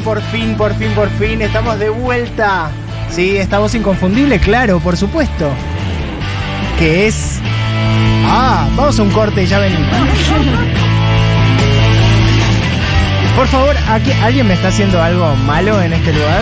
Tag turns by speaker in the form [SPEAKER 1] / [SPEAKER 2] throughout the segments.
[SPEAKER 1] por fin, por fin, estamos de vuelta.
[SPEAKER 2] Sí, esta voz inconfundible, claro, por supuesto. Que es. Ah, vamos a un corte y ya venimos. Por favor, aquí, ¿alguien me está haciendo algo malo en este lugar?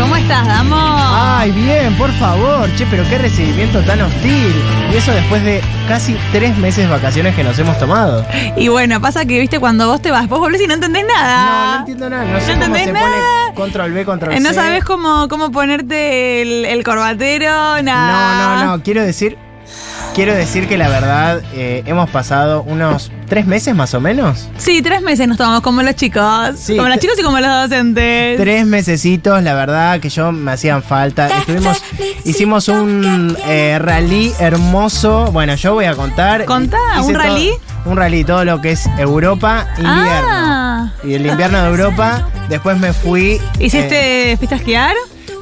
[SPEAKER 3] ¿Cómo estás, Damo?
[SPEAKER 2] Ay, bien, por favor. Che, pero qué recibimiento tan hostil. Y eso después de casi tres meses de vacaciones que nos hemos tomado.
[SPEAKER 3] Y bueno, pasa que, viste, cuando vos te vas, vos volvés y no entendés
[SPEAKER 2] No, no
[SPEAKER 3] nada.
[SPEAKER 2] entiendo nada. No sé
[SPEAKER 3] Ah, No
[SPEAKER 2] cómo
[SPEAKER 3] entendés
[SPEAKER 2] se
[SPEAKER 3] nada.
[SPEAKER 2] pone control B, control
[SPEAKER 3] Eh,
[SPEAKER 2] C.
[SPEAKER 3] No sabes cómo, cómo ponerte el, el corbatero, nada.
[SPEAKER 2] No, no, no. Quiero decir, quiero decir que la verdad eh, hemos pasado unos tres meses más o menos.
[SPEAKER 3] Sí, tres meses nos tomamos como los chicos.
[SPEAKER 2] Sí,
[SPEAKER 3] como los
[SPEAKER 2] tre-
[SPEAKER 3] chicos y como los docentes.
[SPEAKER 2] Tres mesecitos, la verdad que yo me hacían falta. Estuvimos, hicimos un eh, rally hermoso. Bueno, yo voy a contar.
[SPEAKER 3] Contá,
[SPEAKER 2] Hice
[SPEAKER 3] ¿un
[SPEAKER 2] todo-
[SPEAKER 3] rally?
[SPEAKER 2] Un rally, todo lo que es Europa, invierno.
[SPEAKER 3] Ah.
[SPEAKER 2] Y el invierno de Europa, después me fui. eh,
[SPEAKER 3] ¿Hiciste fuiste a esquiar?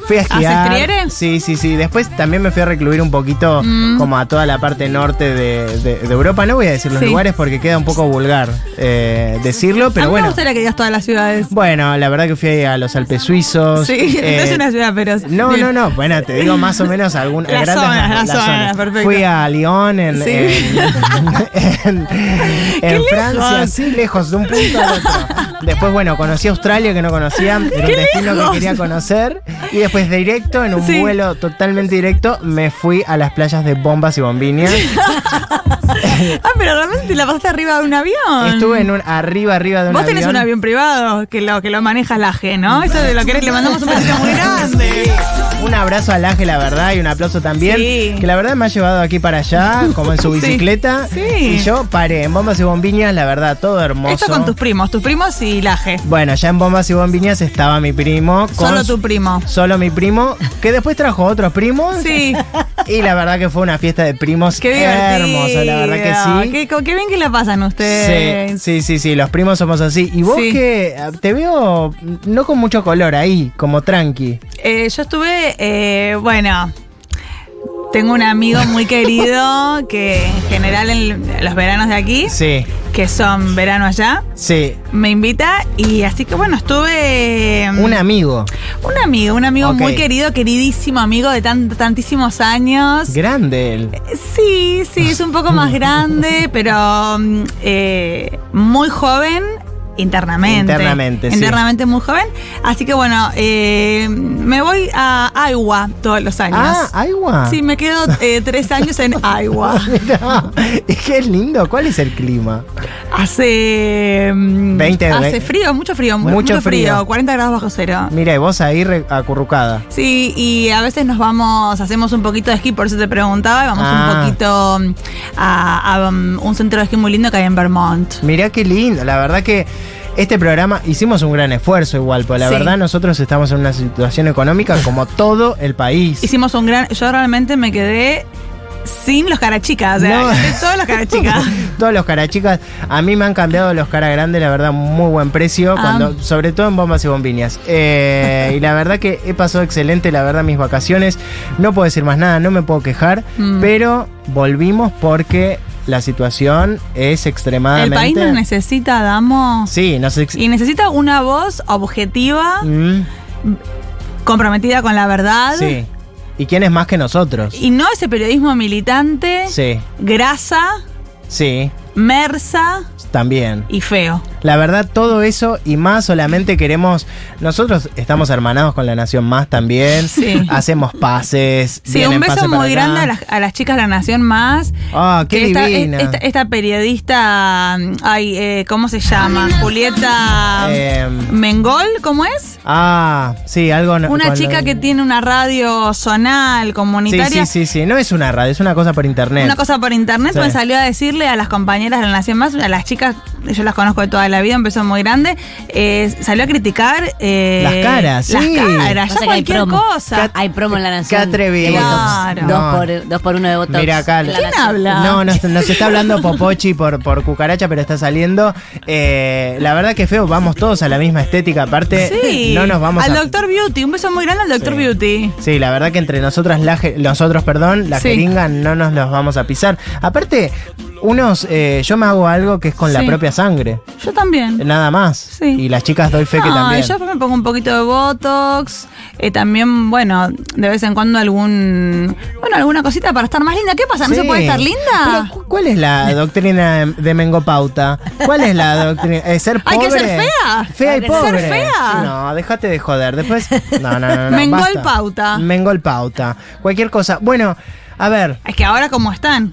[SPEAKER 2] fui a esquiar.
[SPEAKER 3] Trieres?
[SPEAKER 2] Sí, sí, sí. Después también me fui a recluir un poquito
[SPEAKER 3] Mm.
[SPEAKER 2] como a toda la parte norte de, de- de Europa. No voy a decir los
[SPEAKER 3] Sí.
[SPEAKER 2] lugares porque queda un poco vulgar eh, decirlo,
[SPEAKER 3] a
[SPEAKER 2] pero
[SPEAKER 3] mí me
[SPEAKER 2] bueno.
[SPEAKER 3] gustaría que digas todas las ciudades.
[SPEAKER 2] Bueno, la verdad que fui a los Alpes suizos.
[SPEAKER 3] Sí, no es
[SPEAKER 2] eh,
[SPEAKER 3] una ciudad, pero.
[SPEAKER 2] no, no, no. Bueno, te digo más o menos algún,
[SPEAKER 3] Las
[SPEAKER 2] grandes
[SPEAKER 3] zonas, las
[SPEAKER 2] las
[SPEAKER 3] zonas,
[SPEAKER 2] zonas.
[SPEAKER 3] perfecto.
[SPEAKER 2] Fui a Lyon en,
[SPEAKER 3] Sí.
[SPEAKER 2] en- en-
[SPEAKER 3] ¡Qué
[SPEAKER 2] en
[SPEAKER 3] lejos!
[SPEAKER 2] Francia, sí, lejos de un punto al otro. Después, bueno, conocí Australia que no conocía, era un
[SPEAKER 3] ¡Qué
[SPEAKER 2] destino
[SPEAKER 3] lejos!
[SPEAKER 2] que quería conocer. Y después directo, en un
[SPEAKER 3] Sí.
[SPEAKER 2] vuelo totalmente directo, me fui a las playas de Bombas y Bombinia.
[SPEAKER 3] Ah, pero realmente la pasaste arriba de un avión.
[SPEAKER 2] Estuve en un arriba, arriba de un
[SPEAKER 3] Vos tenés un avión privado que lo, que lo maneja la G, ¿no? Eso de lo que eres, le mandamos un besito muy grande.
[SPEAKER 2] Un abrazo al Ángel, la verdad, y un aplauso también.
[SPEAKER 3] Sí.
[SPEAKER 2] Que la verdad me ha llevado aquí para allá, como en su
[SPEAKER 3] Sí.
[SPEAKER 2] bicicleta.
[SPEAKER 3] Sí.
[SPEAKER 2] Y yo paré en Bombas y Bombiñas, la verdad, todo hermoso.
[SPEAKER 3] Esto con tus primos, tus primos y la G.
[SPEAKER 2] Bueno, ya en Bombas y Bombiñas estaba mi primo. Con
[SPEAKER 3] Solo tu primo.
[SPEAKER 2] Solo mi primo, que después trajo otros primos.
[SPEAKER 3] Sí.
[SPEAKER 2] Y la verdad que fue una fiesta de primos
[SPEAKER 3] Qué divertido.
[SPEAKER 2] hermosa, la verdad que sí.
[SPEAKER 3] Qué, co- qué bien que la pasan
[SPEAKER 2] Sí,
[SPEAKER 3] ustedes.
[SPEAKER 2] sí, sí, sí, los primos somos así. Y vos
[SPEAKER 3] Sí.
[SPEAKER 2] que eh, te veo no con mucho color ahí, como tranqui.
[SPEAKER 3] Eh, yo estuve, eh, bueno, tengo un amigo muy querido que en general en los veranos de aquí,
[SPEAKER 2] Sí,
[SPEAKER 3] que son verano allá,
[SPEAKER 2] sí.
[SPEAKER 3] me invita y así que bueno, estuve...
[SPEAKER 2] Un amigo.
[SPEAKER 3] Un amigo, un amigo
[SPEAKER 2] Ok.
[SPEAKER 3] muy querido, queridísimo amigo de tan- tantísimos años.
[SPEAKER 2] Grande él.
[SPEAKER 3] Sí, sí, es un poco más grande, pero mm, eh, muy joven internamente.
[SPEAKER 2] Internamente, sí.
[SPEAKER 3] Internamente muy joven. Así que bueno, eh, me voy a Iowa todos los años.
[SPEAKER 2] Ah, agua.
[SPEAKER 3] Sí, me quedo eh, tres años en Iowa.
[SPEAKER 2] Mirá, es que es lindo. ¿Cuál es el clima?
[SPEAKER 3] Hace. mm,
[SPEAKER 2] 20, ve-
[SPEAKER 3] hace frío, mucho frío, mu-
[SPEAKER 2] Mucho
[SPEAKER 3] mucho, frío,
[SPEAKER 2] frío.
[SPEAKER 3] 40 grados bajo cero.
[SPEAKER 2] Mira, y vos ahí re- acurrucada.
[SPEAKER 3] Sí, y a veces nos vamos, hacemos un poquito de esquí, por eso te preguntaba, y vamos
[SPEAKER 2] Ah.
[SPEAKER 3] un poquito mm, a, a, mm, un centro de esquí muy lindo que hay en Vermont.
[SPEAKER 2] Mirá qué lindo. La verdad que este programa hicimos un gran esfuerzo igual, porque la
[SPEAKER 3] Sí.
[SPEAKER 2] verdad nosotros estamos en una situación económica como todo el país.
[SPEAKER 3] Hicimos un gran. Yo realmente me quedé sin los carachicas. O sea,
[SPEAKER 2] No.
[SPEAKER 3] quité todos los carachicas.
[SPEAKER 2] Todos los carachicas, a mí me han cambiado los cara grandes, la verdad, muy buen precio,
[SPEAKER 3] Ah.
[SPEAKER 2] cuando, sobre todo en bombas y bombiñas. Eh, y la verdad que he pasado excelente, la verdad, mis vacaciones. No puedo decir más nada, no me puedo quejar,
[SPEAKER 3] Mm.
[SPEAKER 2] pero volvimos porque la situación es
[SPEAKER 3] El
[SPEAKER 2] extremadamente.
[SPEAKER 3] país nos necesita, Damo.
[SPEAKER 2] Sí, nos ex-
[SPEAKER 3] Y necesita una voz objetiva,
[SPEAKER 2] Mm,
[SPEAKER 3] comprometida con la verdad.
[SPEAKER 2] sí. ¿Y quién es más que nosotros?
[SPEAKER 3] Y no ese periodismo militante,
[SPEAKER 2] Sí,
[SPEAKER 3] grasa,
[SPEAKER 2] sí,
[SPEAKER 3] mersa
[SPEAKER 2] también.
[SPEAKER 3] y feo.
[SPEAKER 2] La verdad, todo eso y más solamente queremos. Nosotros estamos hermanados con la Nación Más también.
[SPEAKER 3] Sí.
[SPEAKER 2] Hacemos pases.
[SPEAKER 3] Sí,
[SPEAKER 2] vienen
[SPEAKER 3] un beso
[SPEAKER 2] pases para
[SPEAKER 3] muy
[SPEAKER 2] acá.
[SPEAKER 3] grande a las, a las chicas de la Nación Más.
[SPEAKER 2] Ah, qué
[SPEAKER 3] que esta,
[SPEAKER 2] divina.
[SPEAKER 3] esta- esta periodista, mm, ay, eh, ¿cómo se llama? Julieta
[SPEAKER 2] Eh,
[SPEAKER 3] Mengol, ¿cómo es?
[SPEAKER 2] ah, sí, algo. no-
[SPEAKER 3] Una
[SPEAKER 2] cuando-
[SPEAKER 3] chica que tiene una radio zonal,
[SPEAKER 2] Sí,
[SPEAKER 3] comunitaria.
[SPEAKER 2] sí, sí, sí. No es una radio, es una cosa por internet.
[SPEAKER 3] Una cosa por internet,
[SPEAKER 2] Sí.
[SPEAKER 3] pues salió a decirle a las compañeras de la Nación Más, a las chicas, yo las conozco de toda la vida, un beso muy grande, eh, salió a criticar... eh,
[SPEAKER 2] Las caras,
[SPEAKER 3] Las
[SPEAKER 2] sí.
[SPEAKER 3] caras, ya
[SPEAKER 4] Pasa que hay
[SPEAKER 3] cualquier
[SPEAKER 4] promo.
[SPEAKER 3] cosa.
[SPEAKER 4] Hay promo en la nación.
[SPEAKER 2] Qué atrevido.
[SPEAKER 4] De Botox.
[SPEAKER 3] Claro.
[SPEAKER 2] No.
[SPEAKER 4] Dos, por, dos por uno de Botox.
[SPEAKER 2] Mira acá.
[SPEAKER 4] En la
[SPEAKER 3] ¿Quién
[SPEAKER 4] nación.
[SPEAKER 3] habla?
[SPEAKER 2] No, nos, nos está hablando Popochi por, por cucaracha, pero está saliendo. Eh, la verdad que feo, vamos todos a la misma estética. Aparte,
[SPEAKER 3] Sí.
[SPEAKER 2] eh, no nos vamos
[SPEAKER 3] Al
[SPEAKER 2] a.
[SPEAKER 3] Doctor Beauty, un beso muy grande al Doctor
[SPEAKER 2] Sí.
[SPEAKER 3] Beauty.
[SPEAKER 2] Sí, la verdad que entre nosotras, la, ge- nosotros, perdón, la
[SPEAKER 3] Sí.
[SPEAKER 2] jeringa no nos los vamos a pisar. Aparte, unos, eh, yo me hago algo que es con la
[SPEAKER 3] Sí.
[SPEAKER 2] propia sangre,
[SPEAKER 3] Yo también.
[SPEAKER 2] nada más.
[SPEAKER 3] Sí.
[SPEAKER 2] Y las chicas doy fe que
[SPEAKER 3] No,
[SPEAKER 2] también.
[SPEAKER 3] yo me pongo un poquito de Botox, eh, también, bueno, de vez en cuando algún, bueno, alguna cosita para estar más linda. ¿Qué pasa? ¿No se
[SPEAKER 2] Sí.
[SPEAKER 3] puede estar
[SPEAKER 2] Pero,
[SPEAKER 3] linda?
[SPEAKER 2] ¿cu- ¿Cuál es la doctrina de- de Mengopauta? ¿Cuál es la doctrina? Eh, ¿Ser
[SPEAKER 3] Hay
[SPEAKER 2] pobre?
[SPEAKER 3] que ser fea.
[SPEAKER 2] Fea y
[SPEAKER 3] Ser
[SPEAKER 2] pobre.
[SPEAKER 3] fea.
[SPEAKER 2] No, déjate de joder. Después. No, no, no. no
[SPEAKER 3] Mengol
[SPEAKER 2] basta.
[SPEAKER 3] pauta.
[SPEAKER 2] Mengol pauta. Cualquier cosa. Bueno, a ver.
[SPEAKER 3] Es que ahora como están,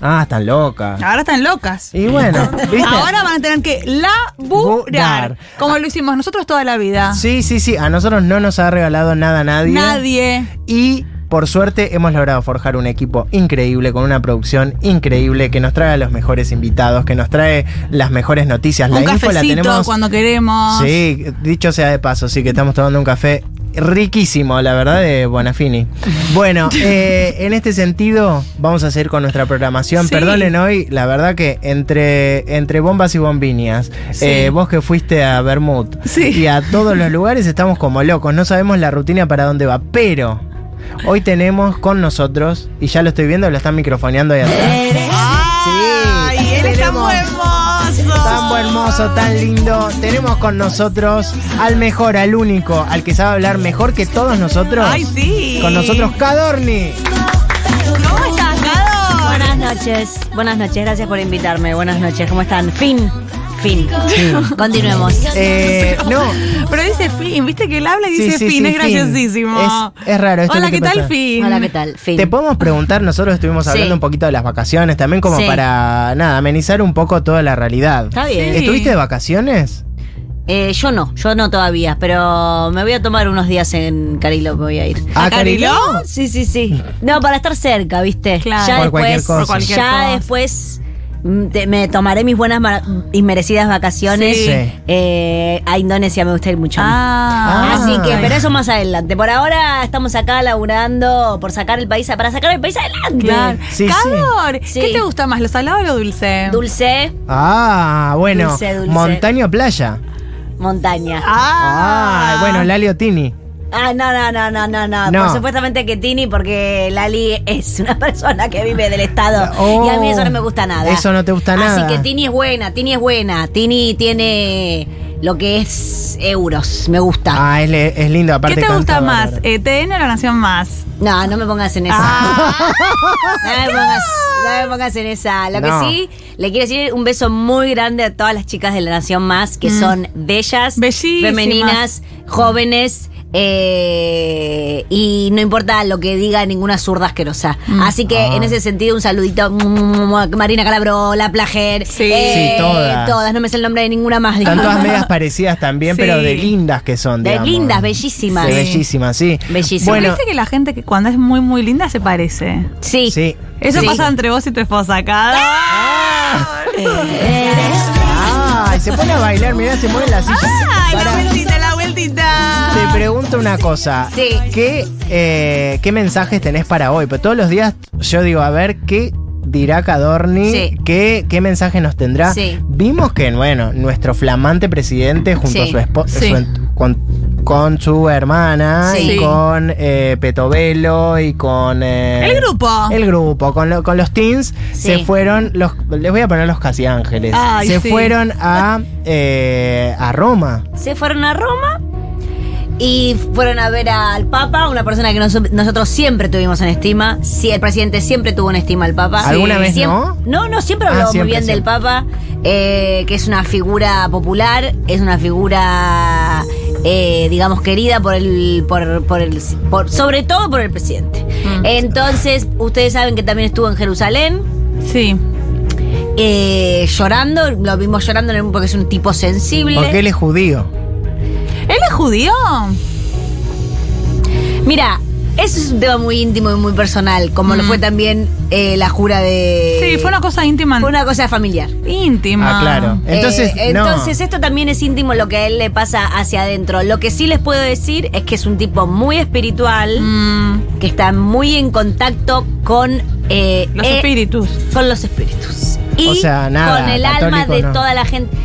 [SPEAKER 2] Ah, están locas.
[SPEAKER 3] ahora están locas.
[SPEAKER 2] Y bueno, ¿viste?
[SPEAKER 3] Ahora van a tener que laburar,
[SPEAKER 2] Burar.
[SPEAKER 3] como lo hicimos nosotros toda la vida.
[SPEAKER 2] Sí, sí, sí. A nosotros no nos ha regalado nada nadie.
[SPEAKER 3] Ah. Nadie.
[SPEAKER 2] Y. Por suerte hemos logrado forjar un equipo increíble con una producción increíble que nos trae a los mejores invitados, que nos trae las mejores noticias.
[SPEAKER 3] Un
[SPEAKER 2] la info la
[SPEAKER 3] cafecito
[SPEAKER 2] tenemos
[SPEAKER 3] cuando queremos.
[SPEAKER 2] Sí, dicho sea de paso, sí que estamos tomando un café riquísimo, la verdad, de Bonafini. Bueno, eh, en este sentido, vamos a seguir con nuestra programación.
[SPEAKER 3] Sí.
[SPEAKER 2] Perdonen hoy, la verdad que entre, entre bombas y bombinias,
[SPEAKER 3] Sí.
[SPEAKER 2] eh, vos que fuiste a Bermud
[SPEAKER 3] Sí.
[SPEAKER 2] y a todos los lugares estamos como locos, no sabemos la rutina para dónde va, pero... Hoy tenemos con nosotros, y ya lo estoy viendo, lo están microfoneando ahí atrás.
[SPEAKER 3] Ay,
[SPEAKER 2] Sí,
[SPEAKER 3] él está
[SPEAKER 2] tenemos-
[SPEAKER 3] muy hermoso.
[SPEAKER 2] Tan buen hermoso, tan lindo. Tenemos con nosotros al mejor, al único, al que sabe hablar mejor que todos nosotros.
[SPEAKER 3] Ay, sí.
[SPEAKER 2] Con nosotros Cadorni.
[SPEAKER 3] ¿Cómo estás, Gado?
[SPEAKER 4] Buenas noches, buenas noches, gracias por invitarme. Buenas noches, ¿cómo están? Fin, fin. Continuemos.
[SPEAKER 2] Eh, no.
[SPEAKER 3] Pero dice Finn, viste que él habla y
[SPEAKER 2] Sí,
[SPEAKER 3] dice
[SPEAKER 2] sí,
[SPEAKER 3] Finn,
[SPEAKER 2] sí,
[SPEAKER 3] es graciosísimo.
[SPEAKER 2] Es- es raro esto
[SPEAKER 3] Hola,
[SPEAKER 2] que te
[SPEAKER 3] ¿qué tal
[SPEAKER 2] pasa.
[SPEAKER 3] Finn?
[SPEAKER 4] Hola, ¿qué tal? Fin.
[SPEAKER 2] Eh, Te podemos preguntar, nosotros estuvimos
[SPEAKER 4] Sí.
[SPEAKER 2] hablando un poquito de las vacaciones, también como
[SPEAKER 4] Sí.
[SPEAKER 2] para nada, amenizar un poco toda la realidad.
[SPEAKER 4] Está bien.
[SPEAKER 3] Sí.
[SPEAKER 2] ¿Estuviste de vacaciones?
[SPEAKER 4] Eh, yo no, yo no todavía, pero me voy a tomar unos días en Carilo, me voy a ir.
[SPEAKER 2] ¿A
[SPEAKER 3] Cariló?
[SPEAKER 2] Cariló?
[SPEAKER 4] Ah, Sí, sí, sí. No, para estar cerca, ¿viste?
[SPEAKER 3] Claro.
[SPEAKER 4] Ya
[SPEAKER 2] Por cualquier
[SPEAKER 4] después,
[SPEAKER 2] cosa. Por
[SPEAKER 3] cualquier
[SPEAKER 4] ya
[SPEAKER 3] cosa.
[SPEAKER 4] después mm, te- me tomaré mis buenas mar- y merecidas vacaciones.
[SPEAKER 2] Sí. Sí.
[SPEAKER 4] Eh, a Indonesia me gusta ir mucho.
[SPEAKER 3] Ah,
[SPEAKER 4] Así que,
[SPEAKER 2] Ay.
[SPEAKER 4] pero eso más adelante. Por ahora estamos acá laburando por sacar el país, a- para sacar el país adelante.
[SPEAKER 3] Claro.
[SPEAKER 2] Sí, sí.
[SPEAKER 3] Cador,
[SPEAKER 4] Sí.
[SPEAKER 3] ¿qué te gusta más, lo salado o lo dulce?
[SPEAKER 4] Dulce,
[SPEAKER 2] Ah, bueno.
[SPEAKER 4] Dulce, dulce.
[SPEAKER 2] Montaña o playa.
[SPEAKER 4] montaña. Ah,
[SPEAKER 2] Ah, bueno, Lalio Tini.
[SPEAKER 4] no, no, no, no, no, no,
[SPEAKER 2] No.
[SPEAKER 4] Por supuestamente que Tini, porque Lali es una persona que vive del Estado.
[SPEAKER 2] Oh,
[SPEAKER 4] y a mí eso no me gusta nada.
[SPEAKER 2] eso no te gusta nada.
[SPEAKER 4] Así que Tini es buena, Tini es buena. Tini tiene lo que es euros, me gusta.
[SPEAKER 2] Ah, es, le- es lindo,
[SPEAKER 3] ¿Qué
[SPEAKER 2] aparte
[SPEAKER 3] te gusta
[SPEAKER 2] canta
[SPEAKER 3] más,
[SPEAKER 2] bárbaro.
[SPEAKER 3] eh, TN o la Nación Más?
[SPEAKER 4] No, no me pongas en esa.
[SPEAKER 3] Ah,
[SPEAKER 4] No me pongas, no me pongas en esa. Lo
[SPEAKER 2] No.
[SPEAKER 4] que sí, le quiero decir un beso muy grande a todas las chicas de la Nación Más, que son bellas,
[SPEAKER 3] Mm. Bellísimas.
[SPEAKER 4] femeninas, jóvenes. eh, y no importa lo que diga ninguna zurda asquerosa.
[SPEAKER 3] Mm.
[SPEAKER 4] Así que
[SPEAKER 2] Ah.
[SPEAKER 4] en ese sentido, un saludito. Marina Calabro, La Plager. eh,
[SPEAKER 3] Sí.
[SPEAKER 2] Sí, todas.
[SPEAKER 4] No me sé el nombre de ninguna más.
[SPEAKER 2] Están todas medias parecidas también,
[SPEAKER 3] Sí.
[SPEAKER 2] pero de lindas que son.
[SPEAKER 4] De
[SPEAKER 2] digamos.
[SPEAKER 4] lindas, bellísimas.
[SPEAKER 2] De
[SPEAKER 4] Sí.
[SPEAKER 2] bellísimas, sí.
[SPEAKER 4] Bellísimas.
[SPEAKER 2] Bueno,
[SPEAKER 3] ¿Viste que la gente que cuando es muy, muy linda se parece?
[SPEAKER 4] Sí.
[SPEAKER 2] sí.
[SPEAKER 3] Eso
[SPEAKER 4] Sí.
[SPEAKER 3] pasa entre vos y tu esposa, Ah, Cador.
[SPEAKER 2] Ah. Ay, se pone a bailar, mirá, se mueve Ah, la silla.
[SPEAKER 3] Ay, la
[SPEAKER 2] Pará,
[SPEAKER 3] vueltita, la vueltita.
[SPEAKER 2] te pregunto una cosa.
[SPEAKER 4] Sí.
[SPEAKER 2] ¿Qué, eh, ¿Qué mensajes tenés para hoy? Pues todos los días yo digo, a ver, ¿qué dirá Cadorni?
[SPEAKER 4] Sí.
[SPEAKER 2] ¿Qué, ¿Qué mensaje nos tendrá?
[SPEAKER 4] Sí.
[SPEAKER 2] Vimos que, bueno, nuestro flamante presidente junto
[SPEAKER 4] Sí.
[SPEAKER 2] a su esposa...
[SPEAKER 3] Sí.
[SPEAKER 2] con, con su hermana
[SPEAKER 4] Sí.
[SPEAKER 2] y con eh, Petovelo y con... eh,
[SPEAKER 3] El grupo.
[SPEAKER 2] El grupo, con, lo- con los teens
[SPEAKER 4] Sí.
[SPEAKER 2] se fueron, los, les voy a poner los casi ángeles,
[SPEAKER 3] Ay,
[SPEAKER 2] se
[SPEAKER 3] sí.
[SPEAKER 2] fueron a, eh, a Roma.
[SPEAKER 4] se fueron a Roma y fueron a ver al Papa, una persona que noso- nosotros siempre tuvimos en estima. Sí, el presidente siempre tuvo en estima al Papa.
[SPEAKER 2] ¿Alguna vez
[SPEAKER 4] Siem-
[SPEAKER 2] no?
[SPEAKER 4] No, no, siempre
[SPEAKER 2] Ah,
[SPEAKER 4] habló
[SPEAKER 2] siempre,
[SPEAKER 4] muy bien del
[SPEAKER 2] siempre.
[SPEAKER 4] Papa, eh, que es una figura popular, es una figura, eh, digamos, querida por el, por, por el, por- sobre todo por el presidente.
[SPEAKER 2] Mm.
[SPEAKER 4] Entonces, ustedes saben que también estuvo en Jerusalén.
[SPEAKER 3] Sí.
[SPEAKER 4] eh, llorando, lo vimos llorando en el- porque es un tipo sensible.
[SPEAKER 2] Porque él es judío.
[SPEAKER 3] ¿Él es judío?
[SPEAKER 4] Mira, eso es un tema muy íntimo y muy personal, como
[SPEAKER 2] Mm.
[SPEAKER 4] lo fue también eh, la jura de.
[SPEAKER 3] Sí, fue una cosa íntima.
[SPEAKER 4] fue una cosa familiar.
[SPEAKER 3] Íntima.
[SPEAKER 2] Ah, claro. Entonces,
[SPEAKER 4] Eh,
[SPEAKER 2] no.
[SPEAKER 4] entonces esto también es íntimo lo que a él le pasa hacia adentro. Lo que sí les puedo decir es que es un tipo muy espiritual,
[SPEAKER 3] Mm,
[SPEAKER 4] que está muy en contacto con eh,
[SPEAKER 3] los
[SPEAKER 4] eh,
[SPEAKER 3] espíritus.
[SPEAKER 4] con los espíritus. Y
[SPEAKER 2] O sea, nada,
[SPEAKER 4] con el alma
[SPEAKER 2] católico
[SPEAKER 4] de
[SPEAKER 2] no.
[SPEAKER 4] toda la gente.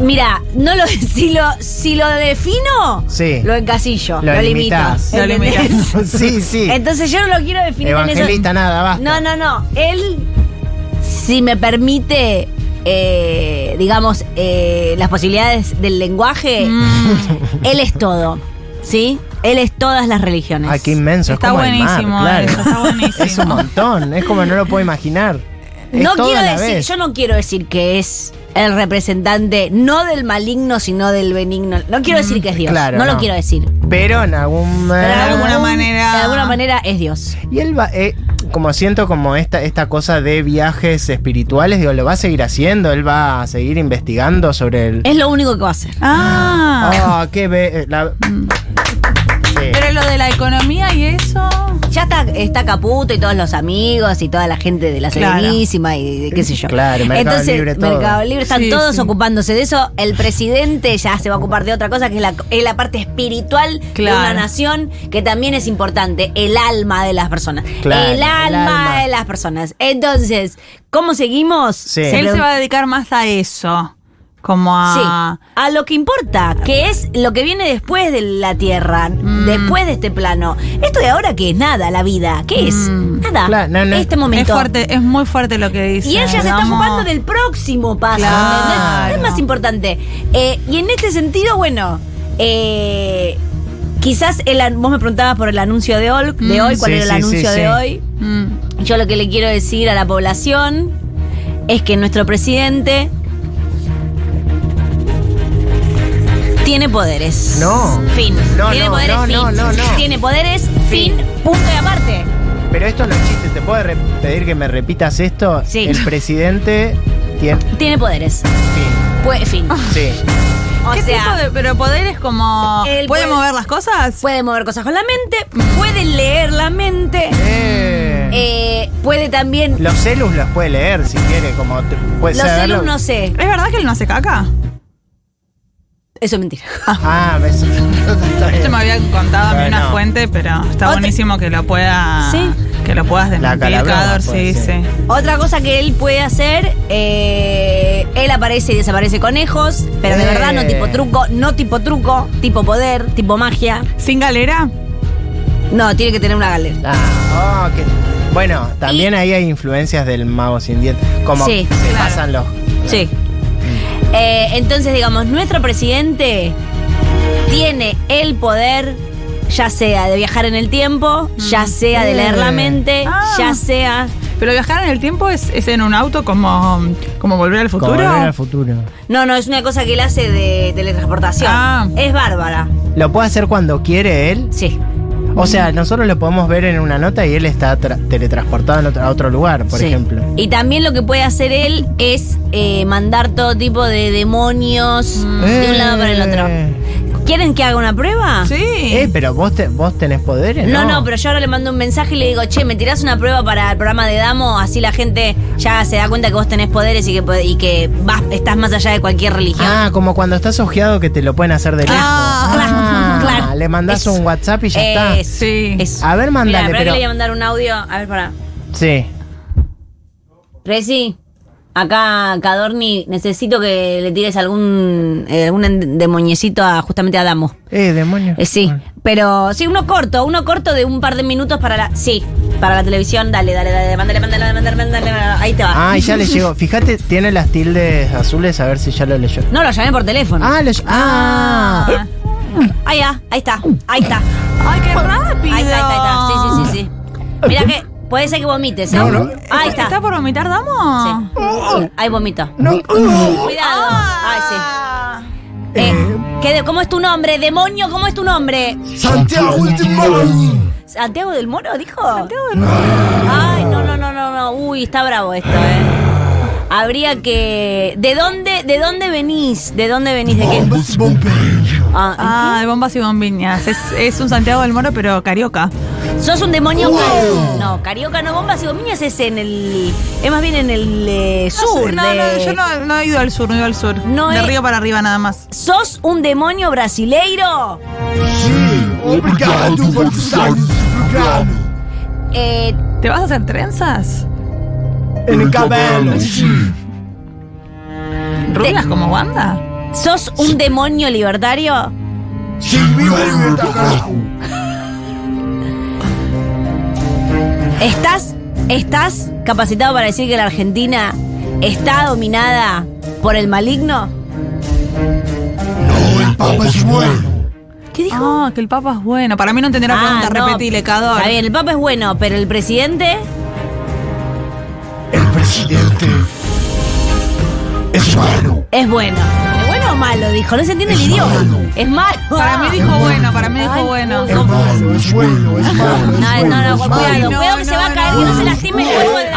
[SPEAKER 4] Mira, no lo, si lo si lo defino,
[SPEAKER 2] Sí.
[SPEAKER 4] lo encasillo,
[SPEAKER 2] Lo
[SPEAKER 4] lo, limito.
[SPEAKER 2] limitas.
[SPEAKER 3] Lo
[SPEAKER 4] ¿entendés?
[SPEAKER 3] limitas.
[SPEAKER 2] sí, sí.
[SPEAKER 4] Entonces yo no lo quiero definir en eso.
[SPEAKER 2] Evangelista, nada, basta.
[SPEAKER 4] No, no, no. Él si me permite, eh, digamos, eh, las posibilidades del lenguaje,
[SPEAKER 2] Mm.
[SPEAKER 3] Mm.
[SPEAKER 4] él es todo, ¿sí? Él es todas las religiones.
[SPEAKER 2] Ah, qué inmenso.
[SPEAKER 3] Está
[SPEAKER 2] es como el
[SPEAKER 3] buenísimo
[SPEAKER 2] mar, claro.
[SPEAKER 3] eso, está buenísimo.
[SPEAKER 2] Es un montón, es como no lo puedo imaginar. Es
[SPEAKER 4] No
[SPEAKER 2] todo
[SPEAKER 4] quiero
[SPEAKER 2] a la
[SPEAKER 4] decir,
[SPEAKER 2] vez.
[SPEAKER 4] yo no quiero decir que es el representante, no del maligno, sino del benigno. No quiero decir que es Dios.
[SPEAKER 2] Claro,
[SPEAKER 4] no,
[SPEAKER 2] no. Eh.
[SPEAKER 4] lo quiero decir.
[SPEAKER 2] Pero en algún...
[SPEAKER 4] Pero
[SPEAKER 3] de alguna
[SPEAKER 4] algún-
[SPEAKER 3] manera-
[SPEAKER 4] De alguna manera es Dios.
[SPEAKER 2] Y él va, eh, como siento como esta, esta cosa de viajes espirituales, digo, lo va a seguir haciendo, él va a seguir investigando sobre el...
[SPEAKER 4] Es lo único que va a hacer.
[SPEAKER 3] Ah,
[SPEAKER 2] Ah, qué be- eh, la- Sí.
[SPEAKER 3] pero lo de la economía y eso.
[SPEAKER 4] Ya está, está Caputo y todos los amigos y toda la gente de la
[SPEAKER 3] Claro.
[SPEAKER 4] Serenísima y qué sé yo.
[SPEAKER 2] Claro, Mercado
[SPEAKER 4] Entonces,
[SPEAKER 2] Libre, todo.
[SPEAKER 4] Mercado Libre, están
[SPEAKER 3] Sí,
[SPEAKER 4] todos
[SPEAKER 3] sí.
[SPEAKER 4] ocupándose de eso. El presidente ya se va a ocupar de otra cosa, que es la, es la parte espiritual
[SPEAKER 3] Claro.
[SPEAKER 4] de una nación, que también es importante, el alma de las personas.
[SPEAKER 2] Claro,
[SPEAKER 4] el,
[SPEAKER 2] el
[SPEAKER 4] alma
[SPEAKER 2] alma.
[SPEAKER 4] de las personas. Entonces, ¿cómo seguimos?
[SPEAKER 2] Sí.
[SPEAKER 3] Él se va a dedicar más a eso. Como
[SPEAKER 4] Sí,
[SPEAKER 2] Ah.
[SPEAKER 3] a.
[SPEAKER 4] a lo que importa, que es lo que viene después de la Tierra,
[SPEAKER 2] Mm.
[SPEAKER 4] después de este plano. Esto de ahora que es nada, la vida, ¿qué es? Nada.
[SPEAKER 2] Mm. Claro, no, no.
[SPEAKER 4] Este
[SPEAKER 3] Es
[SPEAKER 4] momento.
[SPEAKER 3] fuerte, es muy fuerte lo que dice.
[SPEAKER 4] Y ella se está
[SPEAKER 3] Vamos.
[SPEAKER 4] ocupando del próximo paso.
[SPEAKER 3] Claro.
[SPEAKER 4] ¿entendés? Es más importante. Eh, y en este sentido, bueno, eh, quizás el, an- vos me preguntabas por el anuncio de hoy, de
[SPEAKER 3] Mm.
[SPEAKER 4] hoy
[SPEAKER 2] Sí,
[SPEAKER 4] cuál era el
[SPEAKER 2] sí, sí,
[SPEAKER 4] anuncio
[SPEAKER 2] sí.
[SPEAKER 4] de hoy.
[SPEAKER 3] Mm.
[SPEAKER 4] Yo lo que le quiero decir a la población es que nuestro presidente tiene poderes.
[SPEAKER 2] No.
[SPEAKER 4] Fin.
[SPEAKER 2] No,
[SPEAKER 4] tiene
[SPEAKER 2] no,
[SPEAKER 4] poderes,
[SPEAKER 2] no,
[SPEAKER 4] fin.
[SPEAKER 2] no, no, no.
[SPEAKER 4] Tiene poderes, fin,
[SPEAKER 2] Fin.
[SPEAKER 4] punto y aparte.
[SPEAKER 2] Pero esto no existe, ¿te puedo re- pedir que me repitas esto?
[SPEAKER 4] Sí.
[SPEAKER 2] El presidente tiene...
[SPEAKER 4] Tiene poderes.
[SPEAKER 2] Sí,
[SPEAKER 4] Pue- fin.
[SPEAKER 2] sí.
[SPEAKER 4] O
[SPEAKER 3] Ah, ¿Qué
[SPEAKER 4] sea,
[SPEAKER 3] tipo de pero poderes como
[SPEAKER 4] Él
[SPEAKER 3] puede
[SPEAKER 4] puede-
[SPEAKER 3] mover las cosas?
[SPEAKER 4] puede mover cosas con la mente, puede leer la mente,
[SPEAKER 2] Eh,
[SPEAKER 4] eh, puede también.
[SPEAKER 2] Los celus los puede leer si quiere, como... te- puede
[SPEAKER 4] los
[SPEAKER 2] saberlo.
[SPEAKER 4] celus no sé.
[SPEAKER 3] ¿Es verdad que él no hace caca?
[SPEAKER 4] Eso es mentira.
[SPEAKER 2] Ah, ves. Está bien.
[SPEAKER 3] Esto Este me había contado a mí
[SPEAKER 2] Bueno.
[SPEAKER 3] una fuente, pero está
[SPEAKER 4] Otra-
[SPEAKER 3] buenísimo que lo pueda
[SPEAKER 4] Sí.
[SPEAKER 3] que lo puedas desmentir,
[SPEAKER 2] calabrada,
[SPEAKER 3] Cador,
[SPEAKER 2] puede
[SPEAKER 3] sí,
[SPEAKER 2] ser.
[SPEAKER 3] sí.
[SPEAKER 4] Otra cosa que él puede hacer, eh, él aparece y desaparece conejos, pero de
[SPEAKER 2] Eh.
[SPEAKER 4] verdad no tipo truco, no tipo truco, tipo poder, tipo magia.
[SPEAKER 3] ¿Sin galera?
[SPEAKER 4] No, tiene que tener una galera.
[SPEAKER 2] Ah, oh, qué- Bueno, también ahí hay influencias del mago sin dientes. Como
[SPEAKER 4] Sí,
[SPEAKER 2] se
[SPEAKER 3] claro.
[SPEAKER 2] pasan los.
[SPEAKER 4] Sí. Eh, entonces, digamos, nuestro presidente tiene el poder, ya sea de viajar en el tiempo, ya sea de leer la
[SPEAKER 2] Eh.
[SPEAKER 4] mente,
[SPEAKER 3] Ah.
[SPEAKER 4] ya sea...
[SPEAKER 3] ¿Pero viajar en el tiempo es, es en un auto como, como volver al futuro?
[SPEAKER 2] Como volver al futuro.
[SPEAKER 4] No, no, es una cosa que él hace de teletransportación.
[SPEAKER 3] Ah.
[SPEAKER 4] Es bárbara.
[SPEAKER 2] Lo puede hacer cuando quiere él.
[SPEAKER 4] Sí.
[SPEAKER 2] O sea, nosotros lo podemos ver en una nota y él está tra- teletransportado en otro- a otro lugar, por
[SPEAKER 4] Sí.
[SPEAKER 2] ejemplo.
[SPEAKER 4] Y también lo que puede hacer él es eh, mandar todo tipo de demonios de un lado para el
[SPEAKER 2] Eh.
[SPEAKER 4] otro. ¿Quieren que haga una prueba?
[SPEAKER 3] Sí.
[SPEAKER 2] Eh, pero vos, te- vos tenés poderes,
[SPEAKER 4] No,
[SPEAKER 2] ¿no?
[SPEAKER 4] no, pero yo ahora le mando un mensaje y le digo, che, me tirás una prueba para el programa de Damo, así la gente ya se da cuenta que vos tenés poderes y que, po- y que vas, estás más allá de cualquier religión.
[SPEAKER 2] Ah, como cuando estás ojeado que te lo pueden hacer de lejos.
[SPEAKER 3] Ah,
[SPEAKER 4] claro, claro.
[SPEAKER 2] Le mandás
[SPEAKER 4] Eso.
[SPEAKER 2] un WhatsApp y ya
[SPEAKER 4] Eso.
[SPEAKER 3] Sí.
[SPEAKER 4] Eso.
[SPEAKER 2] A ver,
[SPEAKER 4] Mirá,
[SPEAKER 2] mandale,
[SPEAKER 4] pará que
[SPEAKER 2] pero-
[SPEAKER 4] le voy a mandar un audio. A ver, para.
[SPEAKER 2] está. Sí.
[SPEAKER 4] Reci, acá Cadorni, necesito que le tires algún, eh, algún en- demoñecito a, justamente a Damo.
[SPEAKER 2] Eh, demonio.
[SPEAKER 4] Eh, sí, pero sí, uno corto, uno corto de un par de minutos para la. Sí, para la televisión. Dale, dale, dale, mándale, mándale, mándale, mándale. mándale, Ahí te va.
[SPEAKER 2] Ah, y ya le llegó. Fíjate, tiene las tildes azules, a ver si ya lo leyó.
[SPEAKER 4] No, lo llamé por teléfono.
[SPEAKER 2] Ah, lo ll- Ah.
[SPEAKER 4] Ahí ya, ahí está, ahí está.
[SPEAKER 3] ¡Ay, qué
[SPEAKER 4] Ahí
[SPEAKER 3] rápido!
[SPEAKER 4] está, ahí está, ahí está. Sí, sí, sí, sí. Mirá que puede ser que vomites, ¿eh? Ahí está.
[SPEAKER 3] ¿Está por vomitar, Damo?
[SPEAKER 4] Sí. Ahí vomito. Cuidado. Ay, sí.
[SPEAKER 3] Ah.
[SPEAKER 4] Eh, ¿qué de- ¿Cómo es tu nombre? Demonio, ¿cómo es tu nombre?
[SPEAKER 5] Santiago del Moro.
[SPEAKER 4] ¿Santiago del Moro dijo? Santiago del Moro. Ay, no, no, no, no, no. Uy, está bravo esto, eh. Habría que. ¿De dónde, de dónde venís? ¿De dónde venís? ¿De qué?
[SPEAKER 5] Bombas Pompeya.
[SPEAKER 4] Ah,
[SPEAKER 3] Ah, de bombas y bombiñas. Es, es un Santiago del Moro, pero carioca.
[SPEAKER 4] ¿Sos un demonio?
[SPEAKER 5] Wow.
[SPEAKER 4] cari- No, Carioca no, Bombas y Gomiñas es en el. Es más bien en el eh, sur.
[SPEAKER 3] No, no,
[SPEAKER 4] de-
[SPEAKER 3] yo no, no he ido al sur, no he ido al sur.
[SPEAKER 4] No
[SPEAKER 3] de
[SPEAKER 4] he-
[SPEAKER 3] río para arriba nada más.
[SPEAKER 4] ¿Sos un demonio brasileiro?
[SPEAKER 5] Sim, obrigado por estar desempregado.
[SPEAKER 4] Eh,
[SPEAKER 3] ¿Te vas a hacer trenzas?
[SPEAKER 2] El cabello.
[SPEAKER 5] Sim,
[SPEAKER 3] ¿Rubias como Wanda?
[SPEAKER 4] ¿Sos un demonio libertario?
[SPEAKER 5] sim, meu tá libertador.
[SPEAKER 4] ¿Estás ¿Estás capacitado para decir que la Argentina está dominada por el maligno?
[SPEAKER 5] No, el é Papa es bueno.
[SPEAKER 4] ¿Qué dijo?
[SPEAKER 3] Ah, que el Papa es bueno. Para mí no entenderá
[SPEAKER 4] Ah,
[SPEAKER 3] pregunta,
[SPEAKER 4] no.
[SPEAKER 3] repetile, Cador.
[SPEAKER 4] Está bien, el Papa es bueno, pero el presidente.
[SPEAKER 5] El É presidente es malo.
[SPEAKER 4] Es bueno. ¿Es bueno o malo? Dijo, no se entiende el
[SPEAKER 5] Es
[SPEAKER 4] idioma.
[SPEAKER 5] malo.
[SPEAKER 4] Es malo.
[SPEAKER 3] Para mí dijo bueno, para mí dijo
[SPEAKER 4] Ah. Ay,
[SPEAKER 3] bueno.
[SPEAKER 4] no.
[SPEAKER 5] É Es malo, es bueno, es malo.
[SPEAKER 4] No, no, no,
[SPEAKER 5] es bueno, es
[SPEAKER 4] cuidado,
[SPEAKER 5] malo.
[SPEAKER 4] cuidado, que
[SPEAKER 3] no,
[SPEAKER 4] se va a
[SPEAKER 3] no,
[SPEAKER 4] caer, que no se
[SPEAKER 3] no.
[SPEAKER 4] lastime el cuerpo de